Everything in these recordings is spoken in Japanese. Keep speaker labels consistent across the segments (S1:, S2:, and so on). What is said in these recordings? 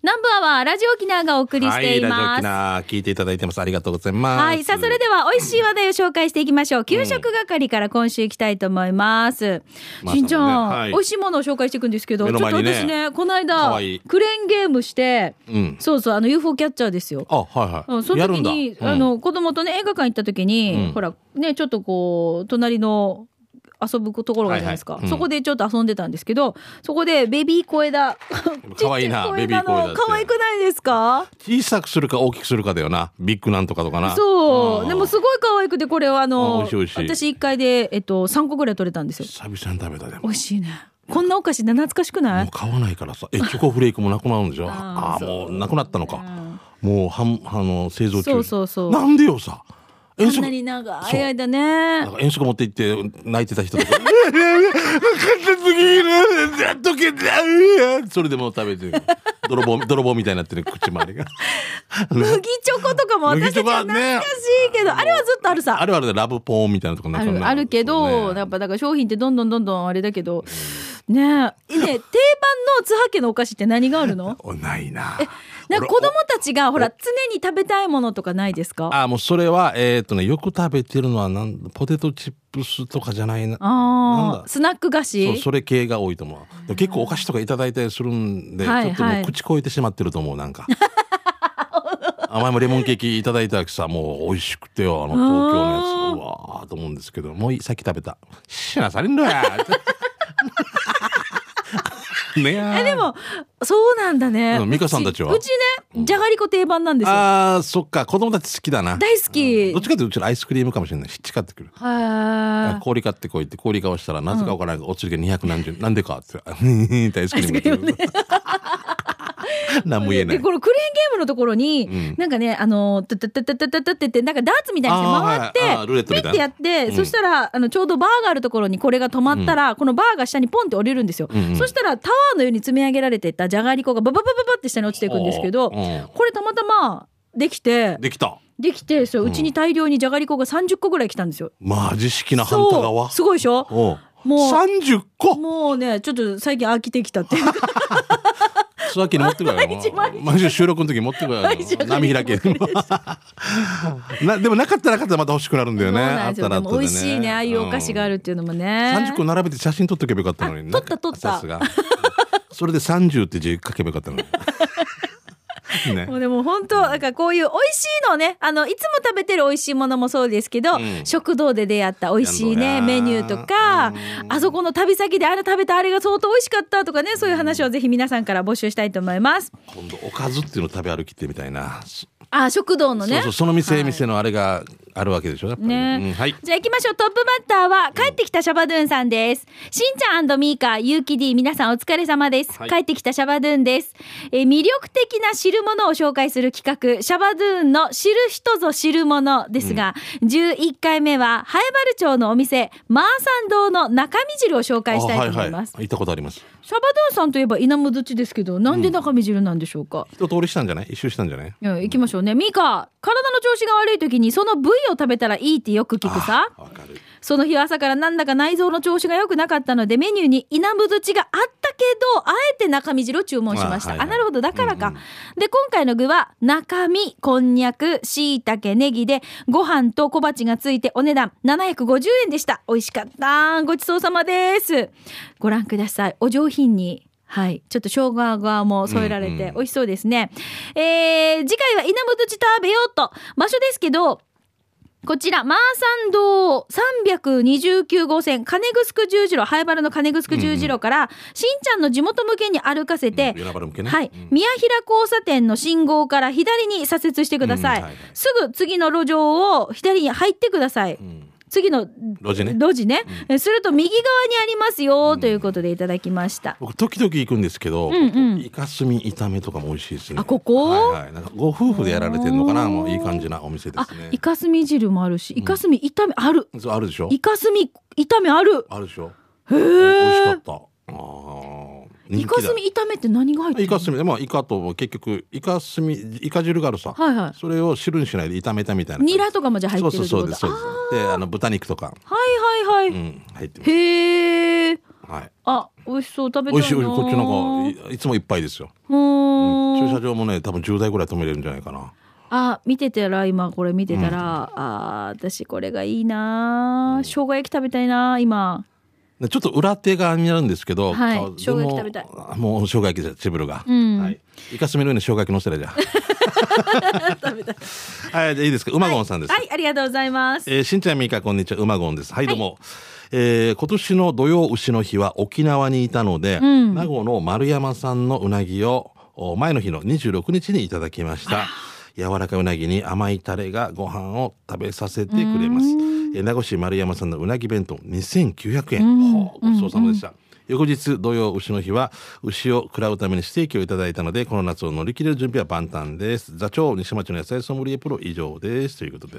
S1: 南部アワーラジオ沖縄がお送りし
S2: は
S1: て
S2: い、
S1: い
S2: ラジオ
S1: ます。
S2: 沖縄聞いていただいてます。ありがとうございます。
S1: はい。さあ、それでは、美味しい話題を紹介していきましょう。給食係から今週行きたいと思います。
S2: まあ
S1: しんちゃん、
S2: そうねはい
S1: 美味しいものを紹介していくんですけど、
S2: 目
S1: ちょ
S2: の
S1: っと
S2: 前にね
S1: 私ね、この
S2: か
S1: 間
S2: わいい、
S1: クレーンゲームして、
S2: うん
S1: そうそう、あの、UFO キャッチャーですよ。
S2: あ、はいう
S1: ん
S2: はい。
S1: そ
S2: や
S1: の時
S2: るんだ。
S1: に、
S2: う
S1: あ
S2: ん
S1: の、子供とね、映画館行った時に、
S2: うん
S1: ほら、ね、ちょっとこう、隣の、遊ぶところがあるじゃないですか、
S2: はいはいうん
S1: そこでちょっと遊んでたんですけど、そこでベビー小枝。
S2: 可愛い な
S1: ちっちゃ
S2: ベビー小枝って
S1: 可愛くないですか
S2: 小さくするか大きくするかだよな。ビッグなんとかとかな。
S1: そ
S2: あ
S1: う。
S2: ー
S1: でもすごい可愛くて、これはあ
S2: あ
S1: の、
S2: 美味しい美味しい
S1: 私一回で、えっと、3個ぐらい取れたんですよ。
S2: 久々に食べたでも。
S1: 美味しいね。こんなお菓子な懐かしくな
S2: も
S1: いう
S2: 買わないからさ。え、チョコフレークもなくなるんでしょ。
S1: あー
S2: ああー、も
S1: そう
S2: うなくなったのか。もう、はん、あの、製造中。
S1: そうそうそう
S2: なんでよさ。遠
S1: こん
S2: 足
S1: な。に長
S2: そう
S1: い間
S2: なん
S1: ね。
S2: か遠足持って行って泣いてた人とか。ええええ硬すぎるやっとけなそれでもう食べてる。泥棒、泥棒みたいになってる口周りが。
S1: 麦チョコとかも私たち
S2: 麦チョコは
S1: 懐
S2: ね
S1: かしいけど、あれはずっとあるさ。
S2: あるあるでラブポーンみたいなとこな
S1: あ
S2: んか
S1: る、あるけ
S2: そ
S1: ど、
S2: うね
S1: やっぱだから商品ってどんどんどんどんあれだけど、ねえ、ね定番の津波家のお菓子って何があるの
S2: おないな。
S1: なんか子供たちがほら常に食べたいものとかないですか
S2: あ、もうそれは、えーっ、とね、よく食べてるのはなん、ポテトチップスとかじゃないな。なん
S1: ああ
S2: だ
S1: ー、スナック菓子
S2: そう、それ系が多いと思う。でも結構お菓子とかいただいたりするんで、
S1: はい
S2: ちょっとも
S1: は
S2: う
S1: い
S2: 口超えてしまってると思う、なん か。あ前もレモンケーキいただいた時さ、もう美味しくてよ、あの、東京のやつ。うわーと思うんですけど、もういいさっき食べた。死なされんのや ねえ。
S1: でも、そうなんだね。
S2: うん美香さんたちは
S1: うちうちね、じゃがりこ定番なんですよ。
S2: ああ、そっか、子供たち好きだな。どっ
S1: 大好き。
S2: ちかというとうちらアイスクリームかもしれない。しっちかってくる。
S1: は
S2: 氷買ってこいって氷買わしたらなぜかわからないお釣りが200何十なんでかって 言って大好きに
S1: アイスクリーム
S2: 何も言え
S1: い。
S2: ない
S1: で、このクレーンゲームのところに、
S2: ん
S1: なんかね、あの、たたたたたたたってって、なんかダーツみたいにして
S2: あーはい
S1: 回って、
S2: あールーレットみたいな
S1: ペッてやって、そしたら、あの、ちょうどバーがあるところにこれが止まったら、このバーが下にポンって降りるんですよ。
S2: んうん
S1: そしたら、タワーのように積み上げられていたじゃがりこがバババババって下に落ちていくんですけど、
S2: おーうん
S1: これたまたま、できて、
S2: できた
S1: できて、そう、うちに大量にじゃがりこが30個ぐらい来たんですよ。
S2: まあ自式な反対
S1: そ
S2: 側
S1: う、すごいでしょ
S2: おう
S1: もう
S2: 30個
S1: もうね、ちょっと最近飽きてきたっていうか、
S2: そうわけに持ってこいよ
S1: 毎日毎日
S2: 毎週収録の時持ってこいよ
S1: 毎日
S2: 波開け なでもなかったらなかったらまた欲しくなるんだよね
S1: そうなん
S2: あっ
S1: ですよ
S2: たら
S1: で
S2: あ った
S1: も美
S2: で
S1: 味しいね、ああいうお菓子があ
S2: る
S1: るっていうのもね。
S2: 30個並べて写真撮っとけばよかったのに
S1: あ撮った撮った
S2: さすがそれで30って字書けばよかったの にね
S1: もうでも本当、なんかこういう美味しいのね、あの、いつも食べてる美味しいものもそうですけど、
S2: ん
S1: 食堂で出会った美味しいね、
S2: やんの
S1: メ
S2: や
S1: ニューとか、あそこの旅先であれ食べたあれが相当美味しかったとかね、そういう話をぜひ皆さんから募集したいと思います。
S2: 今度おかずっていうのを食べ歩きってみたいな、そ
S1: あ、食堂のね。
S2: そうそうその店、
S1: はい
S2: 店のあれがあるわけでしょやっぱり
S1: ね、
S2: うんはい
S1: じゃあ行きましょう。トップバッターは、帰ってきたシャバドゥンさんです。しんちゃんミーカ、ゆうき D、皆さんお疲れ様です。
S2: はい
S1: 帰ってきたシャバドゥンです。えー魅力的な知るものを紹介する企画、シャバドゥンの知る人ぞ知るものですが、11回目は、ハエバル町のお店、マーサン堂の中身汁を紹
S2: あ
S1: 介したいと思い
S2: は
S1: ま
S2: い
S1: す。
S2: 行ったことあります
S1: シャバドゥンさんといえば稲むどちですけど、なんで中身汁なんでしょうか、
S2: 一通りしたんじゃない一周したんじゃない
S1: いや行きましょうね。ミーカ、体の調子が悪い時にその部位を食べたらいいってよく聞くさ。
S2: あわかる
S1: その日は朝からなんだか内臓の調子が良くなかったのでメニューに稲むずちがあったけどあえて中身汁を注文しましたあ,、
S2: あはいはい
S1: なるほどだからか、で今回の具は中身こんにゃく椎茸ネギでご飯と小鉢がついてお値段750円でした美味しかったごちそうさまですご覧くださいお上品にはい。ちょっと生姜がもう添えられ
S2: うんう
S1: て
S2: ん
S1: 美味しそうですね。えー、次回は稲むずち食べようと。場所ですけど、こちら、マーサン道329号線、金城十字路、灰原の金城十字路から、しんちゃんの地元向けに歩かせて、
S2: 与那原向けね
S1: はい、
S2: うん
S1: 宮平交差点の信号から左に左折してください。
S2: うんはいはい
S1: すぐ次の路上を左に入ってください。
S2: うん
S1: 次の
S2: 路地ね
S1: 路地ね、えすると右側にありますよ、ということでいただきました。
S2: 僕時々行くんですけど、
S1: んうん
S2: イカスミ炒めとかも美味しいですね
S1: あここ
S2: はいはいなんかご夫婦でやられてるのか
S1: お
S2: な
S1: ー
S2: もういい感じなお店で
S1: あ
S2: すね、
S1: イカスミ汁もあるし、イカスミ炒めある。
S2: そうあるでしょ
S1: イカスミ炒めある。
S2: あるでしょへえ美味しかったあー人気だ
S1: イカスミ炒めって何が入ってる
S2: イカスミ、まあ、イカと結局、イカスミ、イカ汁があるさ。
S1: はいはい
S2: それを汁にしないで炒めたみたいな。
S1: ニラとかもじゃあ入ってるって
S2: そ
S1: こ
S2: うそうそう
S1: と
S2: です。そうです。で、あの豚肉と
S1: は
S2: か。
S1: いはいはい。
S2: うん、入ってます。
S1: へえ。
S2: はい。
S1: あ、美味しそう食べたいな。
S2: 美味しい、美味しいこっちなんか、いいつもいっぱいですよ。
S1: うーんおー
S2: 駐車場もね多分10台ぐらい止めれるんじゃないかな
S1: あ見てたら今これ見てたら、あー私これがいいなー生姜焼き食べたいなー今
S2: でちょっと裏手側になるんですけど、
S1: はい
S2: 顔
S1: 生姜焼き食べたい
S2: でももう生姜焼きじゃチブルが、
S1: ん
S2: はいイカスミの上に生姜焼きのせれじゃん はいじゃあいいですか馬ゴンさんです、
S1: はいありがとうございます
S2: えーしんちゃんみーかこんにちは馬ゴンですはいどうも、えー今年の土曜牛の日は沖縄にいたので、名護の丸山さんのうなぎをお前の日の26日にいただきました柔らかうなぎに甘いタレがご飯を食べさせてくれます、えー名護市丸山さんのうなぎ弁当2900円、ほうごちそうさまでした、翌日土曜牛の日は牛を食らうためにステーキをいただいたのでこの夏を乗り切れる準備は万端です座長西町の野菜ソムリエプロ以上ですということで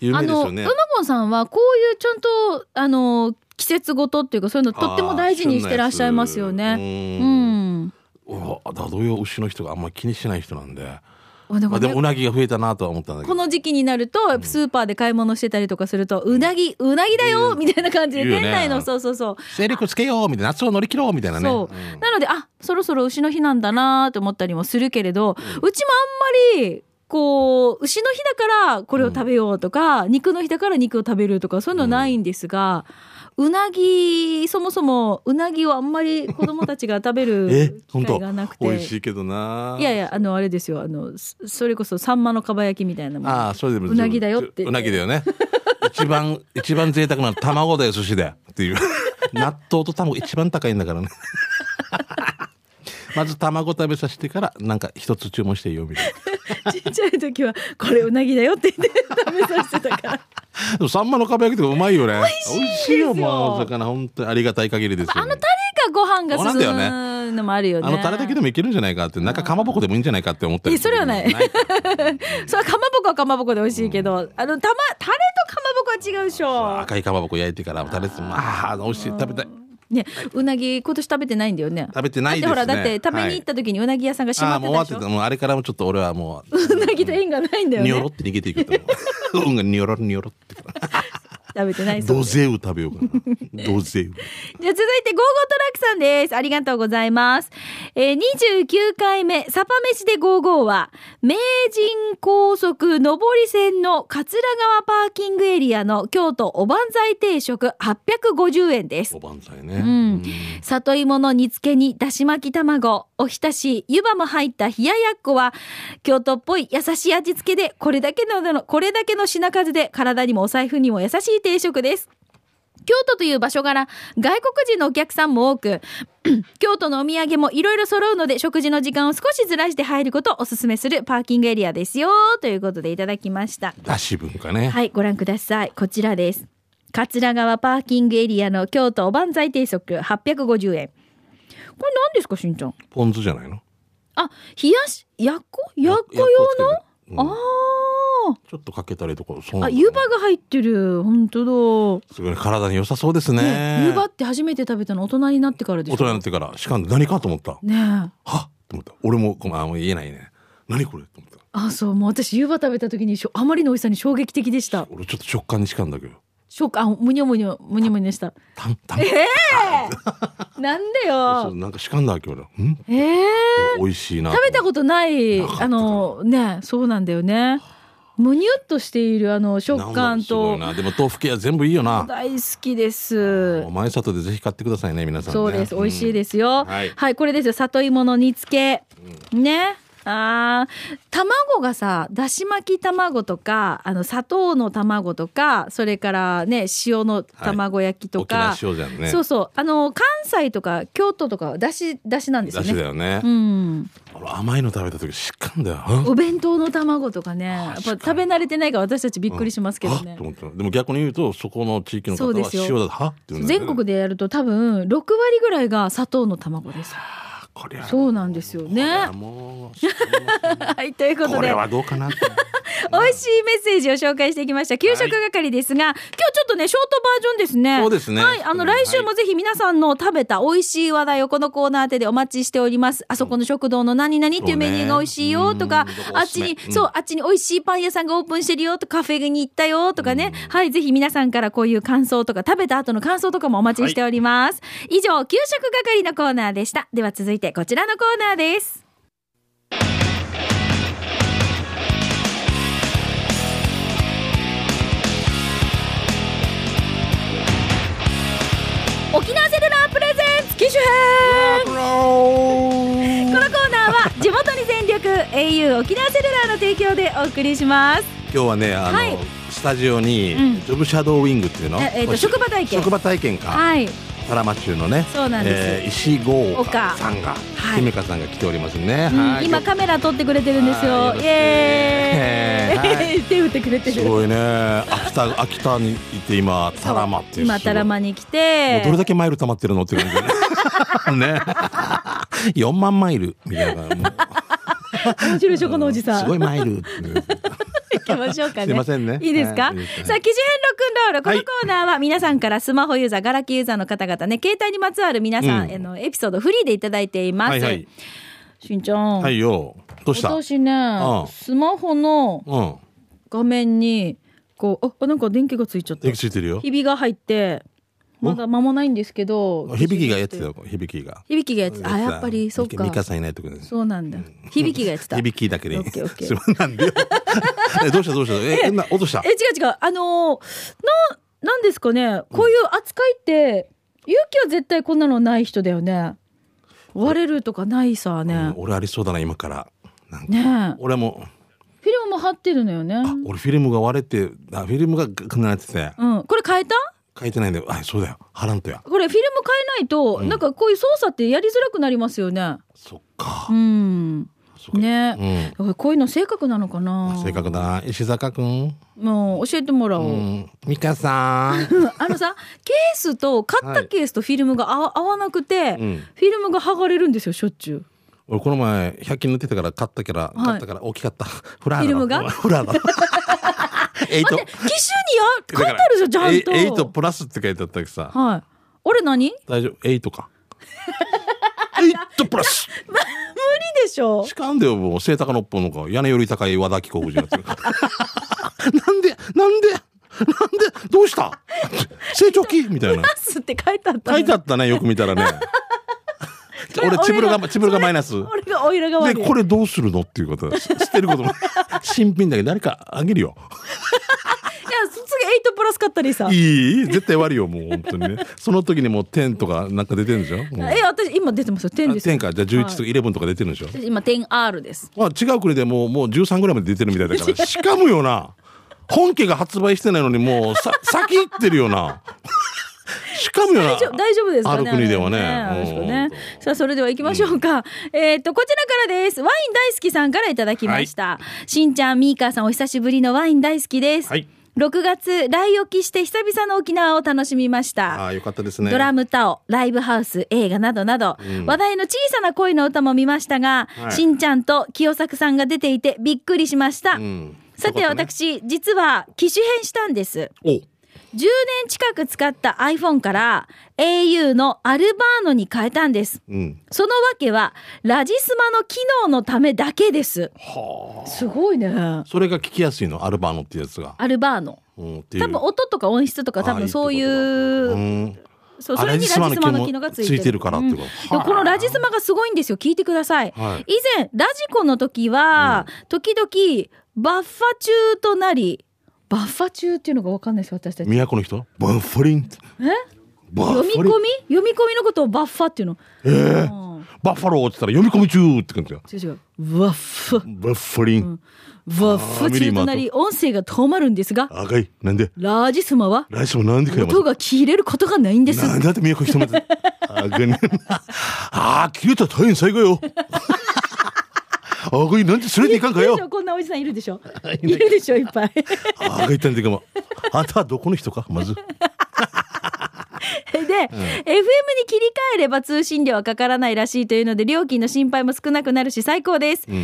S2: 有
S1: あ
S2: 名です
S1: の
S2: よ
S1: うま
S2: ね
S1: ごんさんはこういうちゃんとあの季節ごとっていうかそういうのとっても大事にしてらっしゃいますよ
S2: あ
S1: ねう
S2: ー
S1: ん
S2: おだ土曜牛の人があんまり気にしない人なんで、
S1: あで
S2: ま
S1: も
S2: あ、で
S1: ね
S2: もうなぎが増えたなとは思ったんだけ
S1: こ
S2: ど
S1: の時期になるとスーパーで買い物してたりとかするとうなぎうなぎだよみたいな感じで
S2: 言うよ
S1: 店
S2: ね
S1: 内のそうそうそう
S2: 勢力つけようみたいな夏を乗り切ろうみたいなね
S1: そう、なのであそろそろ牛の日なんだなと思ったりもするけれど、うちもあんまりこう牛の日だからこれを食べようとか、肉の日だから肉を食べるとかそういうのないんですが、うなぎそもそもうなぎをあんまり子供たちが食べ
S2: え
S1: る機
S2: 本当
S1: 会がなく
S2: 美
S1: て
S2: 味しいけどない
S1: やいやあのあれですよあのそそれこそサンマのかば焼きみたいなもの
S2: ああそれでも
S1: うなぎだよって
S2: うなぎだよね一番一番贅沢なの卵だよ寿司でっていう 納豆と卵一番高いんだからね まず卵食べさせてからなんか一つ注文していいよみたいな
S1: ちっちゃい時はこれうなぎだよって言って食べさせてた から。
S2: でもサンマのかば焼きとかうまいよね美味しいよ
S1: ですよ
S2: もうお魚本当にありがたい限りですよ、ね
S1: あのタレがご飯が
S2: そうなんだ
S1: 進むのもあるよね。
S2: あのタレだけでもいけるんじゃないかって、なんかかまぼこでもいいんじゃないかって思ったり
S1: いやそれはないそうかまぼこはかまぼこで美味しいけど、あのたまタレとかまぼこは違うでしょ。
S2: 赤いかまぼこ焼いてから、タレつ、まあ、美味しい、食べたい。
S1: ね、うなぎ今年食べてないんだよね。
S2: 食べてないです
S1: だ
S2: ね
S1: ってほらだって食べに行った時にうなぎ屋さんが閉
S2: あ
S1: ま
S2: あ、
S1: っ
S2: もう終わってて
S1: たでし
S2: た、
S1: ょ。
S2: もうあれからもちょっと俺はも
S1: うなぎと縁がないんだよ
S2: う。にょ
S1: ね
S2: ろ。って逃げていくと思う。うんがにょろにょろって。
S1: 食べてないそう
S2: ど
S1: で
S2: ぜう食べようかな。どぜ
S1: じゃあ続いてゴーゴ
S2: う。
S1: ートラックさんです。ありがとうございます。えー、29回目、サパ飯でゴーゴーは、名人高速上り線の桂川パーキングエリアの京都おばんざい定食850円です。
S2: おばんざいね。うん
S1: 里芋の煮付けにだし巻き卵おひたし湯葉も入った冷ややっこは京都っぽい優しい味付けでこれだけのこれだけの品数で体にもお財布にも優しい定食です京都という場所柄外国人のお客さんも多く 京都のお土産もいろいろ揃うので食事の時間を少しずらして入ることをおすすめするパーキングエリアですよということでいただきました
S2: だし文 化ね。
S1: はい、ご覧ください。こちらです。桂川パーキングエリアの京都おばんざい定食850円。これ何ですか、しんちゃん。
S2: ポン酢じゃないの。
S1: あ、冷やし、やっこやっこ用の、
S2: 用の。うん
S1: あ
S2: ちょっとかけたりとか。そう
S1: あ。
S2: な
S1: あ、
S2: んだ
S1: 湯葉が入ってる。本当
S2: すごい体に良さそうです
S1: だ。ね
S2: ね。
S1: 湯葉って初めて食べたの大人になってからでし
S2: 大
S1: ょ。
S2: 人になってから、しかも何かと思った。
S1: ねえ。
S2: はっと思った俺もごめんあもう言えないね何これと思った
S1: あ、そう、もう私湯葉食べた時にしょあまりの美味しさに衝撃的でした。
S2: 俺ちょっと食感にしかんだけど
S1: ショック、あ、むにょむにょ、むにょむにょした。
S2: たんたん
S1: なんで
S2: そう
S1: よ。
S2: なんかしかんだわけ俺ん
S1: ええ
S2: 美味しいな
S1: 食べたことない
S2: なかった
S1: あのねそうなんだよねむにゅっとしているあの食感と
S2: なんだろうすごいなでも豆腐系は全部いいよな
S1: 大好きです
S2: お前里でぜひ買ってくださいね皆さんね
S1: そうです美味しい
S2: す、
S1: ですよ、は
S2: んはいい、
S1: これですよ里芋の煮付け、ねあー卵がさだし巻き卵とかあの砂糖の卵とかそれからね塩の卵焼き
S2: うん
S1: と
S2: 沖
S1: か、
S2: 縄塩じゃんね
S1: そうそうあの関西とか京都とかはだしだしなんですよ
S2: だしだ
S1: ね
S2: よね、
S1: うん
S2: 俺甘いの食べた時しかんだよはっ
S1: お弁当の卵とかね、やっぱ
S2: 確かに
S1: 食べ慣れてないから私たちびっくりしますけど
S2: はっ
S1: ね
S2: と。思ったでも逆に言うとそこの地域の方
S1: そう
S2: は
S1: で
S2: 塩
S1: すよ
S2: だとはって言うんだよね
S1: 全国でやると多分6割ぐらいが砂糖の卵です。
S2: あこれは
S1: そうなんですよね
S2: これはもうしかりませ ん
S1: はい、ということ
S2: こ
S1: で
S2: れ、はどうか なって
S1: 美味しいメッセージを紹介していきました。給食係ですが、今日ちょっとね、ショートバージョンですね。
S2: そうですね
S1: はい、あの、来週もぜひ皆さんの食べた美味しい話題をこのコーナーででお待ちしております。あそこの食堂の何々っていうメニューが美味しいよとか
S2: そうねう、ん
S1: あっちに
S2: おすす、め
S1: そう、あっちに美味しいパン屋さんがオープンしてるよとか、カフェに行ったよとかね。はい、ぜひ皆さんからこういう感想とか、食べた後の感想とかもお待ちしております。以上、給食係のコーナーでした。では続いてこちらのコーナーです。機種編このコーナーは地元に全力 au 沖縄セルラーの提供でお送りします
S2: 今日はねあの、
S1: はい
S2: スタジオに、
S1: うん
S2: ジョブシャドーウィングっていうの、
S1: ええーと職場体験
S2: 職場体験か、
S1: はい
S2: タラマ中のね
S1: そうなんです
S2: えー石郷
S1: 岡
S2: 岡さんが、
S1: はい
S2: 姫香さんが来ておりますね、
S1: うん
S2: はい
S1: 今
S2: よ
S1: カメラ撮ってくれてるんですよ
S2: はい
S1: イエーイ、
S2: はい
S1: 手振ってくれて
S2: す
S1: る
S2: ごいね秋田秋田に行って今タラマっていう
S1: 今タラマに来て
S2: もうどれだけマイル溜まってるのって感じ ねね4万マイルみたいなもう
S1: 面白いでしょこのおじさん
S2: すごいマイル
S1: 行きましょうかね。
S2: すいませんね
S1: いいですか。
S2: はいいいですね
S1: さあ、記事編ロックンロール、このコーナーは皆さんからスマホユーザー、ガラケーユーザーの方々ね、携帯にまつわる皆さ、
S2: うんん
S1: へのエピソードフリーでいただいています。
S2: はいはい
S1: しんちゃん。
S2: はいよどうしたうん
S1: 私ね、
S2: うん
S1: スマホの画面に、こう、ああ、なんか電気がついちゃった
S2: 電気。ついてるよ
S1: ひびが入って、まだ間もないんですけど。
S2: 響きがやってたよ響きが
S1: 響きがやってた。あ、やっぱり、そっ
S2: ミカ
S1: か。
S2: さんいないとこです
S1: そうなんだ。響きがやってた。
S2: 響きだけでいい
S1: オッケーオッケー
S2: すまんなんでよ えどうしたどうした ええな落とした
S1: え違う違うあのー、ななんですかねこういう扱いって、勇気は絶対こんなのない人だよね割れるとかないさ
S2: うん
S1: ね、
S2: 俺ありそうだな今からなんか
S1: ねえ
S2: 俺も
S1: フィルムも貼ってるのよね
S2: あ俺フィルムが割れてあフィルムがくなってて
S1: うんこれ変えた
S2: 書いてないんだよあそうだよ貼らんとや
S1: これフィルム変えないと、
S2: うん
S1: なんかこういう操作ってやりづらくなりますよね
S2: そっか
S1: うん
S2: そっか
S1: ね
S2: うん
S1: だからこういうの性格なのかな
S2: 正確だな石坂くん
S1: もう教えてもら
S2: う
S1: おう、
S2: ん美香さ ん
S1: あのさケースと買ったケースとフィルムが合わ合わなくて、
S2: うん
S1: フィルムが剥がれるんですよしょっちゅう
S2: 俺この前100均塗ってたから買ったから
S1: い
S2: 買ったから大きかったフラーだ
S1: フィルムが
S2: フラーだ エイ
S1: 待
S2: ト
S1: って機種にあ書いてあるじゃんちゃんと
S2: エイエイトプラスって書いてあったけどさ
S1: はい。俺何？無
S2: 大丈夫エイトか エイトプラス
S1: 理でしょ
S2: し。かんでよもう背高のっぽのか屋根より高い和田貴子夫人 になってるなんでなんでなんでどうした成長期みたいな
S1: プラスって書いてあったの。
S2: 書いてあったねよく見 たらね俺チブルがチブルがマイナス
S1: 俺がオイラが悪
S2: で
S1: い。
S2: これどうするのっていうことだし捨てること も新品だけど誰かあげるよ
S1: いやす次エイトプラス買ったりさ。
S2: いい絶対悪いよもう本当にねその時にもう10とかなんか出てるんでしょもう
S1: え私今出てますよ。点ですよ。
S2: 10かじゃあ11とか11とか出てるんでしょ、
S1: 私今点 R です。
S2: まあ、違う国でもうもう13ぐらいまで出てるみたいだからしかもよな本家が発売してないの にもうさ先行ってるよなしかもよな
S1: 大丈夫大丈夫ですかね。
S2: ある国ではね
S1: あれねあれ
S2: うん
S1: ですよねさあそれでは行きましょうか。えーっとこちらからです。ワイン大好きさんからいただきました。しんちゃんみーかーさんお久しぶりのワイン大好きです。
S2: はい
S1: 6月来沖して久々の沖縄を楽しみました。
S2: ああよかったですね
S1: ドラムタオライブハウス映画などなど、
S2: うん
S1: 話題の小さな恋の歌も見ましたが、
S2: はい
S1: しんちゃんと清作さんが出ていてびっくりしました、
S2: うん
S1: さて
S2: よかったね
S1: 私実は機種変したんです10年近く使った iPhone から au のアルバーノに変えたんです
S2: おうん
S1: そのわけはラジスマの機能のためだけです
S2: はあ
S1: すごいね
S2: それが聞きやすいのアルバーノってやつが、
S1: アルバーノ
S2: うん、っていう
S1: 多分音とか音質とか多
S2: ああい
S1: 分
S2: いってこと
S1: そういう
S2: うん
S1: そうそれにラジスマの機能がついてる
S2: からっていうこと、
S1: でこのラジスマがすごいんですよ聞いてください、
S2: はい
S1: 以前ラジコの時は、時々バッファ中となりバッファ中っていうのが分かんないです私たち
S2: 都の人バッファリンって
S1: え
S2: バッファ
S1: 読
S2: リ
S1: み
S2: ン
S1: 込み読み込みのことをバッファっていうの
S2: えー
S1: うん
S2: バッファローって言ったら読み込み中って感じよ
S1: 違う違うワッフ
S2: バッファリン、
S1: ワッファ中となり音声が止まるんですが
S2: 赤いなんで
S1: ラジスマは
S2: 来週もなんでかよ
S1: 音が切れることがないんです
S2: なんだって都人まであがねあー切れたら大変最 後よあがいなんで連れていかんか
S1: いる
S2: よ
S1: でしょこんなおじさんいるでし ょいるでしょいっぱい
S2: あがいったんでかもあんたはどこの人かまず
S1: で、FM に切り替えれば通信料はかからないらしいというので料金の心配も少なくなるし最高です、ラジ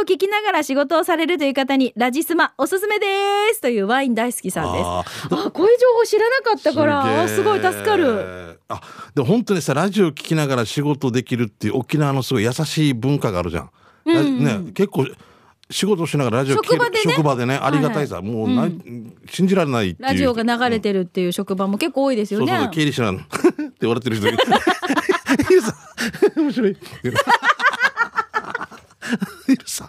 S1: オを聞きながら仕事をされるという方にラジスマおすすめですというワイン大好きさんですあ
S2: あ
S1: こういう情報知らなかったからあ
S2: す
S1: す
S2: げ
S1: ご
S2: ー
S1: い助かる
S2: あでも本当にさラジオ聞きながら仕事できるっていう沖縄のすごい優しい文化があるじゃん、ラジね、結構仕事しながらラジオ聞ける
S1: 職場でね
S2: 職場でねありがたいさ、もうな、信じられないっていう
S1: ラジオが流れてるっていう職場も結構多いですよね
S2: そうそうそう経理士なん って笑ってる人いるいるさ面白いいるいるさ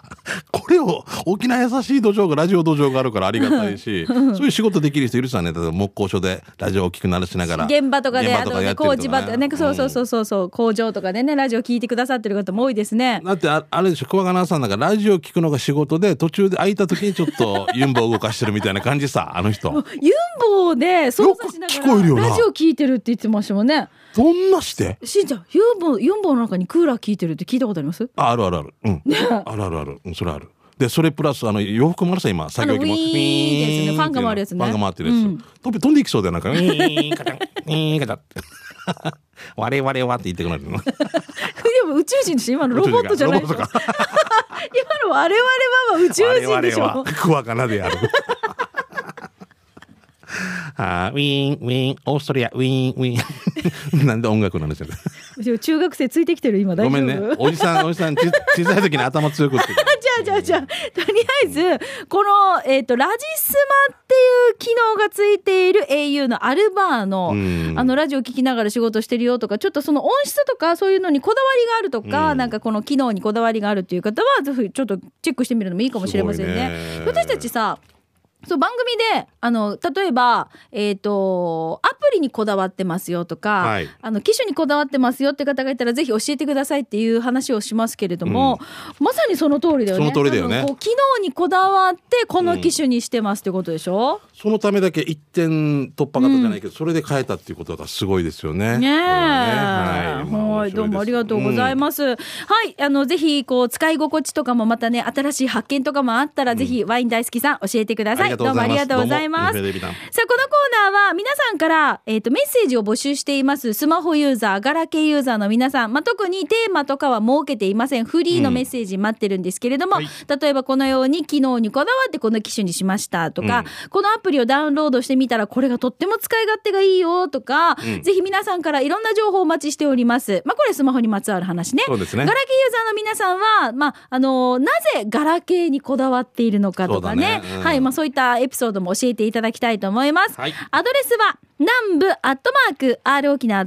S2: ここれを沖縄優しい土壌がラジオ土壌があるからありがたいしそういう仕事できる人いる人はね例えば木工所でラジオを大きく鳴らしながら
S1: 現場とかで、
S2: 現
S1: あ
S2: 場
S1: と
S2: や
S1: ね、
S2: ってる
S1: 工
S2: と
S1: 事場とかね、そうそうそうそうそう、工場とかでね、ラジオ聞いてくださってる方も多いですね。
S2: だってああれでしょ桑賀奈さんなんかラジオ聞くのが仕事で途中で空いた時にちょっとユンボを動かしてるみたいな感じさあの人
S1: ユンボーで操作しな
S2: よく聞こえるよ
S1: が
S2: な
S1: らラジオ聞いてるって言ってましたもんね。
S2: どんなして
S1: しんちゃん、ユンボー、ユンボーの中にクーラー聞いてるって聞いたことあり ます
S2: ああるあるあるうんあるあるあるうんそれあるでそれプラスあの洋服もあるさ今作業着も
S1: ウィーンってやつねファンが回るやつね
S2: ファンが回ってるやつ、
S1: うん
S2: 飛び飛んでいきそうだよなんか「ウィーンカチャンウィーンカチャン」 我々はって言ってくなるの
S1: でも宇宙人でしょ今のロボットじゃないでしょ
S2: ロボ
S1: 今
S2: ットか
S1: の我々は宇宙人でし
S2: 我々
S1: ょ
S2: はクワガナであるあーウィーンウィーンオーストリアウィーンウィーン なんで音楽なんですよ
S1: でも中学生ついてきてる今大丈
S2: ご
S1: 夫
S2: めんねおじさんおじさんち小さい時に頭強くって
S1: じゃあじゃあじゃあとりあえずこの、えー、とラジスマっていう機能がついている au のアルバーの,、
S2: うん
S1: あのラジオ聞きながら仕事してるよとかちょっとその音質とかそういうのにこだわりがあるとか、なんかこの機能にこだわりがあるっていう方はぜひちょっとチェックしてみるのもいいかもしれませんね。
S2: すごいね
S1: 私たちさそう番組であの例えば、えー、とアプリにこだわってますよとか、
S2: はい
S1: あの機種にこだわってますよって方がいたらぜひ教えてくださいっていう話をしますけれども、まさにその通りだよね。
S2: その通りだよね
S1: あのこう機能にこだわってこの機種にしてますってことでしょ、
S2: そのためだけ一点突破型じゃないけど、それで変えたっていうことがすごいですよね。
S1: ねえ、
S2: これ
S1: は
S2: は
S1: い、
S2: ねまあ面白いです
S1: どうもありがとうございます。はい、あのぜひこう使い心地とかもまたね、新しい発見とかもあったら、ぜひワイン大好きさん教えてください。
S2: ありがと
S1: ど
S2: う
S1: う
S2: ご
S1: もあ
S2: ざいます
S1: りがとうございます。
S2: どうもエフェレビ
S1: さ
S2: タ
S1: あ
S2: ン
S1: このコーナーは皆さんからえっ、とメッセージを募集しています。スマホユーザー、ガラケーユーザーの皆さん、まあ特にテーマとかは設けていません。フリーのメッセージ待ってるんですけれども、
S2: はい
S1: 例えばこのように機能にこだわってこの機種にしましたとか、このアプリをダウンロードしてみたらこれがとっても使い勝手がいいよとか、ぜひ皆さんからいろんな情報をお待ちしております。まあこれスマホにまつわる話ね。
S2: そうですね
S1: ガラケーユーザーの皆さんは、まああのなぜガラケーにこだわっているのかとかね、
S2: そうだねうん
S1: はい、まあそういったエピソードも教えていただきたいと思います。
S2: はい
S1: アドレスは南部アットマーク r 沖縄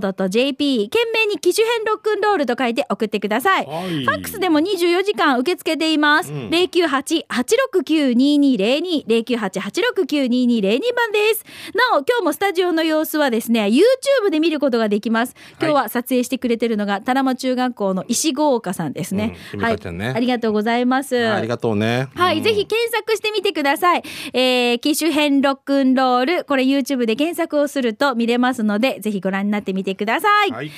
S1: .co.jp 懸命に機種変ロックンロールと書いて送ってください。
S2: はい
S1: ファックスでも24時間受け付けています。零九八八六九二二零二零九八八六九二二零二番です。なお今日もスタジオの様子はですね、YouTube で見ることができます。今日は撮影してくれてるのが多良間中学校の石郷岡さんですね。
S2: うん
S1: は
S2: 君たちゃんね
S1: ありがとうございます。
S2: ありがとうね。
S1: はい、ぜひ検索してみてください。えー、機種編ロックンロール、これ YouTube で検索をすると見れますので、ぜひご覧になってみてください。は、
S2: はいい
S1: とい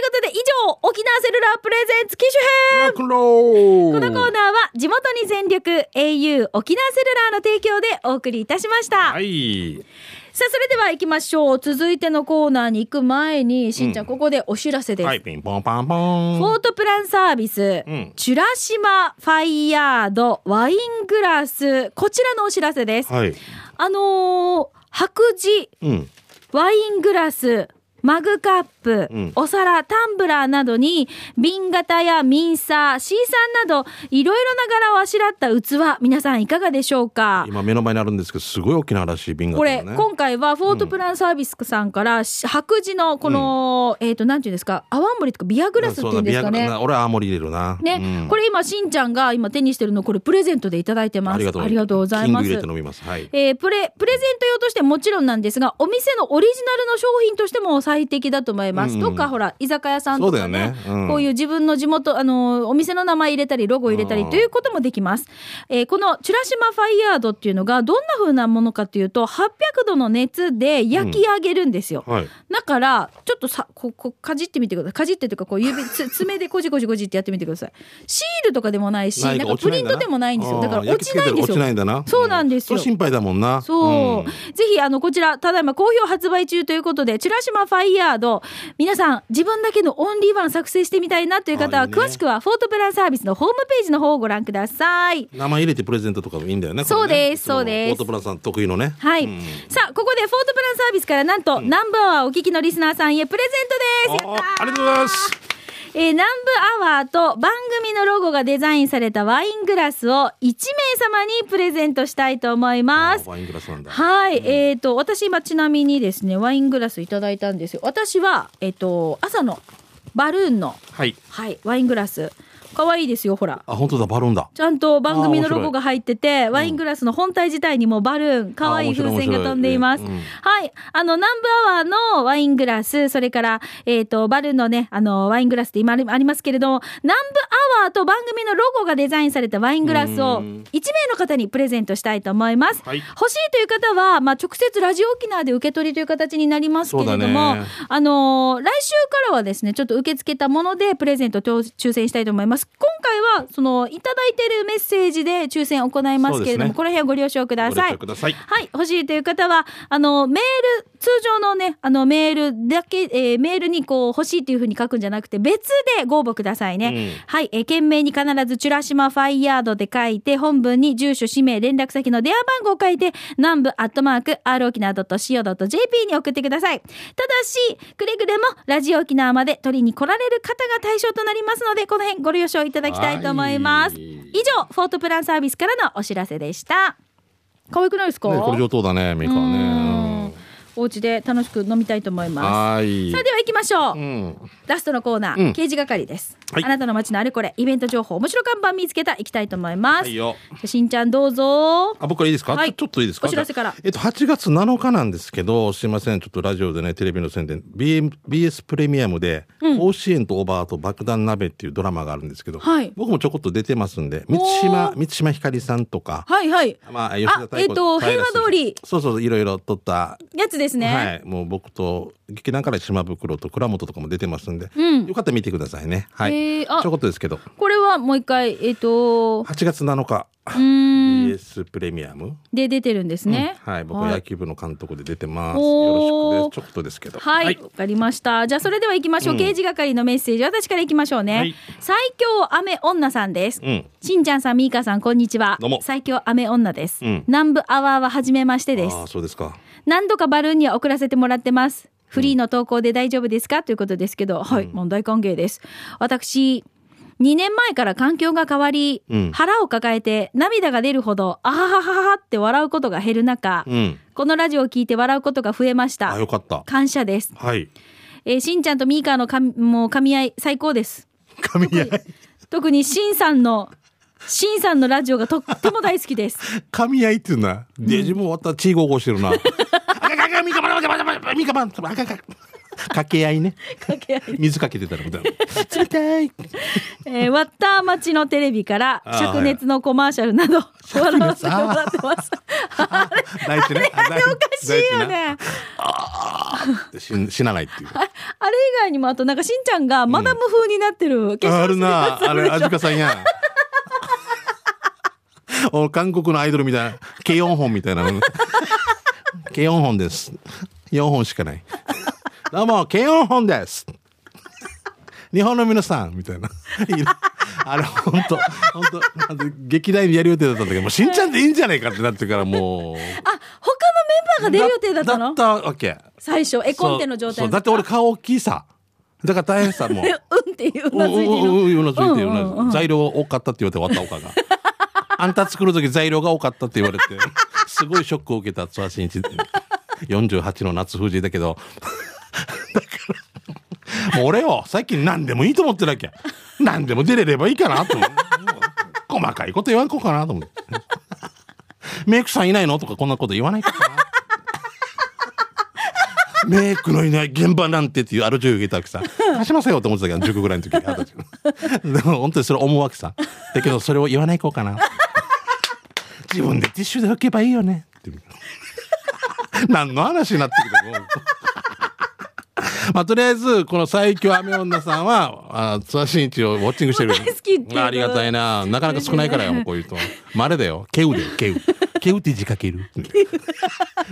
S1: うことで以上、沖縄セルラープレゼンツ機種編
S2: ロックンロー
S1: このコーナーは地元に全力 au 沖縄セルラーの提供でお送りいたしました。
S2: はい。
S1: さあ、それでは行きましょう。続いてのコーナーに行く前に、しんちゃん、ここでお知らせです。
S2: はい、ピンポンパンポン。
S1: フォートプランサービス、
S2: うん
S1: チュラシマファイヤードワイングラス、こちらのお知らせです。
S2: はい。
S1: あのー白磁、
S2: うん。
S1: ワイングラス、マグカップ、
S2: うん
S1: お皿、タンブラーなどに、瓶型やミンサー、シーサーなど、いろいろな柄をあしらった器、皆さんいかがでしょうか
S2: 今目の前にあるんですけど、すごい大きならしい瓶が、ね。
S1: これ、今回はフォートプランサービスさんから、し白磁のこの、えっ、と、なんていうんですか、泡盛とかビアグラスっていうんですか
S2: そうだビア
S1: ね
S2: グラ。俺は青森入れるな。
S1: ね、
S2: うん
S1: これ今、しんちゃんが今手にしてるの、これプレゼントでいただいてます。
S2: ありがとう。
S1: ございま
S2: キング入
S1: す
S2: れて。飲みます。はい。
S1: えープレプレゼント用としてもちろんなんですがお店のオリジナルの商品としても最適だと思います、
S2: うんうん
S1: とかほら居酒屋さんとかね
S2: そうだよねうん
S1: こういう自分の地元あのーお店の名前入れたりロゴ入れたり
S2: うん
S1: ということもできます、えーこのチュラシマファイヤードっていうのがどんな風なものかというと800度の熱で焼き上げるんですよ、
S2: はい。
S1: だからちょっとさここかじってみてくださいかじってというかこう指つ爪でこじこじこじってやってみてくださいシールとかでもないしなんかプリントでもないんですよだから落ちないんですよ
S2: 落ちないんだな。
S1: そうなんですよ
S2: それ心配だもんな。
S1: そう、
S2: ん
S1: ぜひあのこちらただいま好評発売中ということで「チュラシマファイヤード」皆さん自分だけのオンリーワン作成してみたいなという方は
S2: あいいね
S1: 詳しくはフォートプランサービスのホームページの方をご覧ください。
S2: 名前入れてプレゼントとかもいいんだよね。
S1: そうです
S2: こ
S1: そ
S2: れね
S1: うです
S2: オートプランさん得意のね。
S1: はい、
S2: うん
S1: さあここでフォートプランサービスからなんと、ナンバーワーお聞きのリスナーさんへプレゼントですや
S2: お
S1: ったー
S2: ありがとうございます。
S1: えー南部アワーと番組のロゴがデザインされたワイングラスを1名様にプレゼントしたいと思います
S2: あワイングラスなんだ。
S1: はい、えっ、と私今ちなみにですねワイングラスいただいたんですよ。私はえっ、と朝のバルーンの
S2: はい。
S1: はいワイングラス可愛いですよ、ほら。
S2: あ、本当だ、バルーンだ。
S1: ちゃんと番組のロゴが入ってて、ワイングラスの本体自体にもバルーン、可愛い風船が飛んでいます。
S2: 面白い面
S1: はい。あの、南部アワーのワイングラス、それから、えっ、と、バルーンのね、あの、ワイングラスって今ありありますけれども、南部アワーと番組のロゴがデザインされたワイングラスを1
S2: う
S1: 名
S2: ん
S1: の方にプレゼントしたいと思います。
S2: はい
S1: 欲しいという方は、まあ、直接ラジオ沖縄で受け取りという形になりますけれど
S2: そう
S1: も、
S2: だね
S1: あのー来週からはですね、ちょっと受け付けたものでプレゼントと抽選したいと思います。今回は、その、いただいているメッセージで抽選を行いますけれども、
S2: そうですね
S1: この辺はご了承くだ
S2: ご了
S1: さい
S2: 承。ください。
S1: はい、欲しいという方は、あの、メール、通常のね、あの、メールだけ、えーメールにこう、欲しいというふうに書くんじゃなくて、別でご応募くださいね。
S2: うん
S1: はい、えー、件名に必ず、チュラシマファイヤードで書いて、本文に住所、氏名、連絡先の電話番号を書いて、南部アットマーク、r 沖縄 .co.jp に送ってください。ただし、くれぐれも、ラジオ沖縄まで取りに来られる方が対象となりますので、この辺ご了承いただきたいと思います。
S2: はい
S1: 以上、フォートプランサービスからのお知らせでした。可愛くないですか、
S2: ね、これ上等だね、ミカ
S1: う
S2: ね
S1: ん。お家で楽しく飲みたいと思い
S2: うん
S1: ま
S2: は
S1: す。
S2: い
S1: さあ。では行きましょう、
S2: うん。
S1: ラストのコーナー、
S2: うん
S1: 刑事係です、
S2: はい
S1: あなたの街のあれこれイベント情報面白看板見つけた行きたいと思います、
S2: はいよ。
S1: じゃあしんちゃんどうぞ
S2: あ僕からいいですか、
S1: はい
S2: ちょちょっといいですか
S1: お知らせから
S2: えっと、8月7日なんですけど、すいません、ちょっとラジオでね、テレビの宣伝、BM、BS プレミアムで、甲子園とオーバーと爆弾鍋っていうドラマがあるんですけど、
S1: はい
S2: 僕もちょこっと出てますんで、
S1: おー
S2: 満島、満島ひかりさんとか、
S1: はいはい
S2: まあ、吉田
S1: あえっと
S2: 平
S1: 平和通り
S2: そうそう、いろいろ撮った、
S1: やつですね、
S2: はい、もう僕と、劇団から島袋と倉本とかも出てますんで、
S1: うん
S2: よかったら見てくださいね。はい。
S1: へーあ
S2: ちょこっとですけど、
S1: これはもう一回えっ、とう
S2: 8月7日、
S1: ーん
S2: BS プレミアム。
S1: で出てるんですね、
S2: はい、僕
S1: は
S2: はい野球部の監督で出てます。
S1: おー
S2: よろしくです。ちょっとですけど。
S1: はい、わ、かりました。じゃあそれでは行きましょう。
S2: うん
S1: 刑事係のメッセージ、私から行きましょうね。
S2: はい
S1: 最強雨女さんです。
S2: うん
S1: しんちゃんさん、みーかさん、こんにちは。
S2: どうも
S1: 最強雨女です。
S2: うん
S1: 南部アワーは初めましてです
S2: あ。あ、そうですか。
S1: 何度かバルーンには送らせてもらってます。フリーの投稿で大丈夫ですかということですけど、はい、問題歓迎です。私、2年前から環境が変わり、
S2: うん
S1: 腹を抱えて涙が出るほど、あははははって笑うことが減る中、
S2: うん。
S1: このラジオを聞いて笑うことが増えまし
S2: あ、
S1: た
S2: よ。かった。
S1: 感謝です。
S2: はい。
S1: えーしんちゃんとミーカーのかみもう噛み合い最高です。
S2: 噛み合い。
S1: 特にしんさんの、しんさんのラジオがとっても大好き です。
S2: 噛み合いっていうな。で、自分終わったらチーゴーゴーしてるな。あかんあかんみかばんみかばんみかばんみかばんあかんあかん 掛け合いね。
S1: 掛け合い
S2: 水かけてたらみたいな。冷たい。
S1: えー、ワッター町のテレビから、
S2: あー
S1: 灼熱のコマーシャルなど、笑わせてもらってます。あれ、
S2: 大事ね。
S1: あれおかしいよ
S2: 大
S1: ね。
S2: 事な。死死なないっていう。
S1: ああれ以外にも、あとなんかしんちゃんがマダム風になってる化
S2: あ
S1: 粧
S2: る
S1: 水が
S2: な。あ
S1: ある
S2: れ、
S1: で
S2: ア
S1: し
S2: ジ
S1: ょ
S2: カさんやん。お韓国のアイドルみたいな、K4 本みたいなの。K4 本です。4本しかない。どうも、K4 本です。日本の皆さんみたいな。いいなあれ、本当本当あと劇団にやる予定だったんだけど、もうしんちゃんでいいんじゃないかってなってから、も
S1: あ、他の
S2: う。
S1: メンバーが出る予定だったの
S2: だったわけ。
S1: 最初、絵コンテの状
S2: そうそ
S1: 態
S2: うだって俺顔大きいさ。だから大変さ、もう
S1: で。うんっていううなずいてる
S2: う
S1: の。
S2: んうんうんうなずいてる
S1: うんうんうん
S2: うなずいてる材料多かったって言われて終わった岡があんた作る時材料が多かったって言われてすごいショックを受けたツアー新一48の夏富士だけどだからもう俺よ最近何でもいいと思ってるわけ何でも出れればいいかなと思って細かいこと言わんこうかなと思ってメイクさんいないのとかこんなこと言わないかなメイクのいない現場なんてっていうある女優がいたわ けさ貸しませよって思ってたけど塾ぐらいの時に二十歳のでも本当にそれ思うわけさだけどそれを言わないこうかな自分でティッシュで拭けばいいよねって何の話になってくるの まあとりあえずこの最強雨女さんはあツアー新一をウォッチングしてる
S1: もう大好きっていうこと
S2: あありがたいななかなか少ないからよもうこういう人まれだよケウだよケウケウって字書ける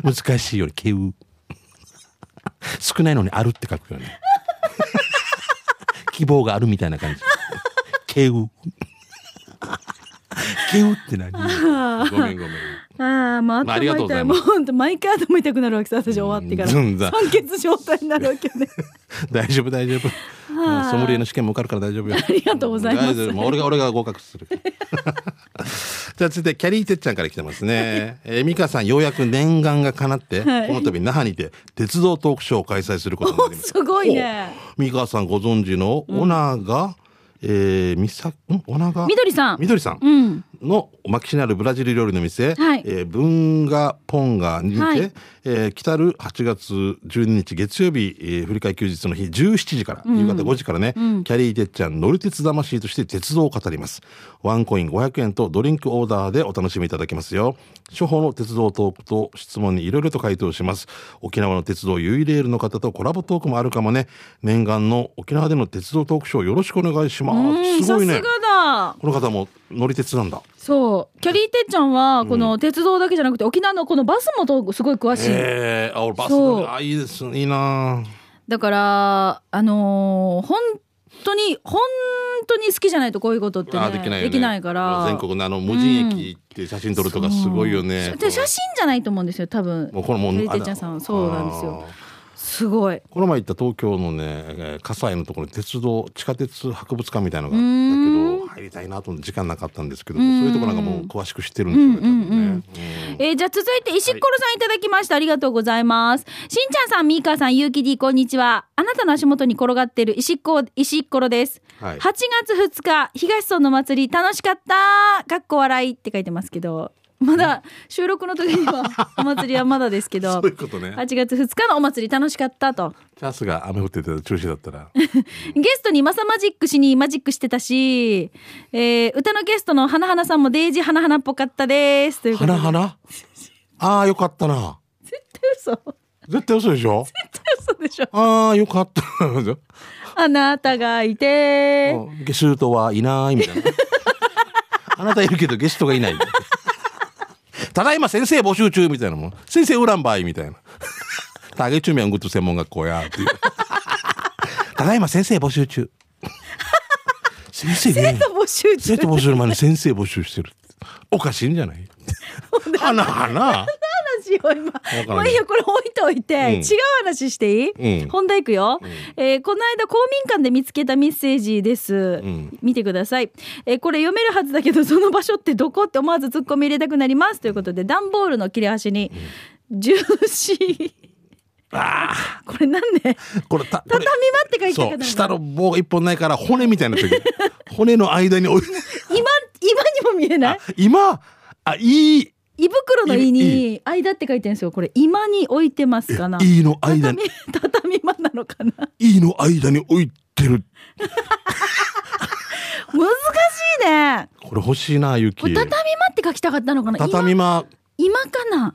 S2: 難しいよねケウ少ないのにあるって書くよね希望があるみたいな感じケウケウって何ごめんごめん
S1: ああ、まあ、
S2: まああり
S1: 頭
S2: がとう
S1: 痛
S2: ござ
S1: い。
S2: い
S1: も
S2: ま
S1: う
S2: す
S1: 本当毎回頭痛くなるわけさ、私終わってから。
S2: ずんだ
S1: 酸欠状態になるわけ ね。
S2: 大丈夫 大丈夫うんソムリエの試験も受かるから大丈夫よ
S1: ありがとうございます
S2: 大丈夫もう俺が俺が合格する じゃあ続いてキャリーてっちゃんから来てますね、えー、美香さんようやく念願が叶って、
S1: はい
S2: この度那覇にて鉄道トークショーを開催することになりました
S1: おすごいね
S2: お美香さんご存知のオナーが、えー、みさ、んおなが。
S1: みどりさん
S2: みどりさん
S1: うん
S2: のマキシナルブラジル料理の店、
S1: はい
S2: えーブンガポンガにて、
S1: はい
S2: えー来たる8月12日月曜日、えー振り替え休日の日17時から、夕方5時からね、キャリーてっちゃん乗る鉄魂として鉄道を語りますワンコイン500円とドリンクオーダーでお楽しみいただけますよ初歩の鉄道トークと質問にいろいろと回答します沖縄の鉄道ユイレールの方とコラボトークもあるかもね念願の沖縄での鉄道トークショーよろしくお願いし
S1: う
S2: ます
S1: ん
S2: す
S1: さ
S2: ご
S1: す
S2: いね
S1: がだ
S2: この方も乗り鉄なんだ
S1: そうキャリーてっちゃんはこの鉄道だけじゃなくて沖縄のこのバスもとすごい詳しい、
S2: ええあ、俺バス乗
S1: そう
S2: り、あ、いいです、いいな。
S1: だからあのー本当に本当に好きじゃないとこういうことって、ね、
S2: あ、できないよね。
S1: から
S2: 全国のあの無人駅行って写真撮るとかすごいよね
S1: そう。で写真じゃないと思うんですよ多分
S2: もうこれもう
S1: キャリーてっちゃんさんはそうなんですよ。
S2: あー
S1: すごい
S2: この前行った東京のね、えー葛西のところに鉄道、地下鉄博物館みたいなのがあ
S1: う
S2: っ
S1: ーん
S2: たけど、入りたいなと思って時間なかったんですけど、
S1: う
S2: そうんいうところなんかもう詳しく知ってるんですよね多分
S1: うんうんう
S2: ね
S1: ん。えーじゃあ続いて石っころさんいただきました、ありがとうございますしんちゃんさんみーかーさんゆうき D こんにちはあなたの足元に転がってる石っこ石っころです、
S2: うんはい
S1: 8。月2日東村の祭り楽しかったかっこ笑いって書いてますけどまだ収録の時に はお祭りはまだですけ ど
S2: そういうことね。
S1: 8月2日のお祭り楽しかったと
S2: チャンスが雨降ってて中止だったら。
S1: ゲストにマサマジックしにマジックしてたし、えー歌のゲストの花花さんもデイジ花花っぽかったですということ
S2: 花
S1: で
S2: 花ああ、よかったな。
S1: 嘘
S2: 絶対嘘でしょ
S1: 嘘でしょ
S2: ああ、よかった。
S1: あなたがいて
S2: うんゲストはいないみたい な。あなたいるけどゲストがいない。ただいま先生募集中みたいなもん。先生ウランバイみたいな。ターゲチュミアングッド専門学校やっていう。ただいま先生募集中。先生
S1: 生
S2: ね
S1: 徒募集中
S2: 生徒募集の前に先生募集してる。おかしいんじゃない あなあなあ。
S1: 話を今
S2: ない
S1: もういいよこれ置いといて、違
S2: ん
S1: う話していい、
S2: うん
S1: 本題いくよ、えーこの間公民館で見つけたメッセージです、
S2: ん
S1: 見てください、えーこれ読めるはずだけどその場所ってどこって思わずツッコミ入れたくなりますということで段ボールの切れ端に、ジューシーこれなんで
S2: これたこ
S1: 畳
S2: れ
S1: 間って書いてあ
S2: そ
S1: る
S2: う
S1: か
S2: 下
S1: ら
S2: の棒が一本ないから骨みたいな時骨の間に置いて
S1: 今今にも見えない
S2: あ今あいい
S1: 胃袋の胃
S2: い
S1: に間って書いてあるんですよこれ今に置いてますかない
S2: いの間に
S1: 畳畳間なのかな
S2: イの間に置いてる。
S1: 難しいね
S2: これ欲しいな、ゆ
S1: これ
S2: き。
S1: 畳間って書きたかったのかな
S2: 畳間、
S1: 今今かな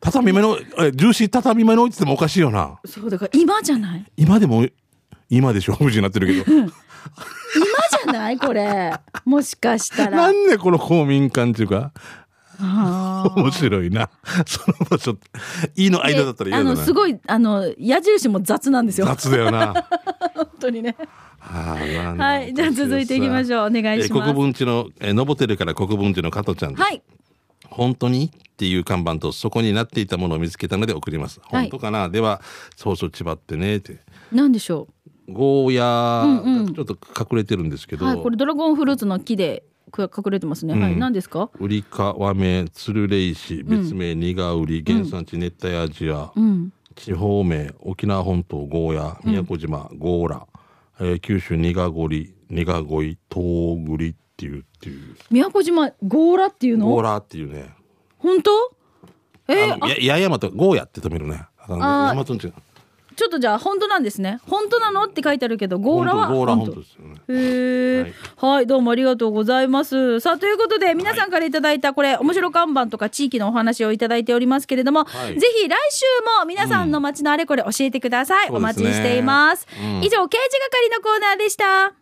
S2: 畳間の、え、ジューシー畳間に置いててもおかしいよな。
S1: そうだから今じゃない
S2: 今でも、今でしょ、無事になってるけど。
S1: 今じゃないこれもしかしたら
S2: なんでこの公民館っていうか、
S1: あー
S2: 面白いな。その場所、イの間だった
S1: で
S2: ら嫌
S1: あ
S2: だ
S1: の
S2: な
S1: す。ごいあの矢印も雑なんですよ
S2: 雑だ よな。
S1: 本当にね
S2: はあ
S1: はいじゃあ続いていきまし
S2: う。
S1: ょうお願い
S2: え
S1: しま
S2: 国
S1: す
S2: 分寺の、え、のぼてるから国分寺の加藤ちゃんです。
S1: はい
S2: 本当にっていう看板とそこになっていたものを見つけたので送ります。
S1: はい
S2: 本当かなでは、そうそう千葉ってねって。
S1: 何でしょ
S2: ゴーヤ
S1: うんう
S2: ー
S1: ん
S2: がちょっと隠れてるんですけ
S1: う
S2: ど、
S1: はいこれドラゴンフルーツの木でく隠れてますね、はい何ですか
S2: ウリカワメツルレイシ別名ニガウリ原産地熱帯アジア、
S1: うん
S2: 地方名沖縄本島ゴーヤ宮古島、ゴーラ、えー九州ニガゴリニガゴイトウグリっていうっていう
S1: 宮古島ゴーラっていう
S2: ゴ
S1: の
S2: ーラっていうね、
S1: 本当えー
S2: あのや八重山とゴーヤって止めるねあの
S1: あー
S2: 大和んち
S1: ちょっとじゃあ本当なんですね本当なのって書いてあるけどゴーラは
S2: 本当ゴーラ
S1: 本当
S2: 本当ですよね
S1: へえ、
S2: は
S1: はいい、どうもありがとうございます。さあ、ということで、皆さんからいただいた、これ、面白看板とか地域のお話をいただいておりますけれども、
S2: はい
S1: ぜひ来週も皆さんの街のあれこれ教えてください。
S2: うん
S1: お待ちしています。
S2: そうですねう
S1: 以
S2: ん
S1: 上、刑事係のコーナーでした。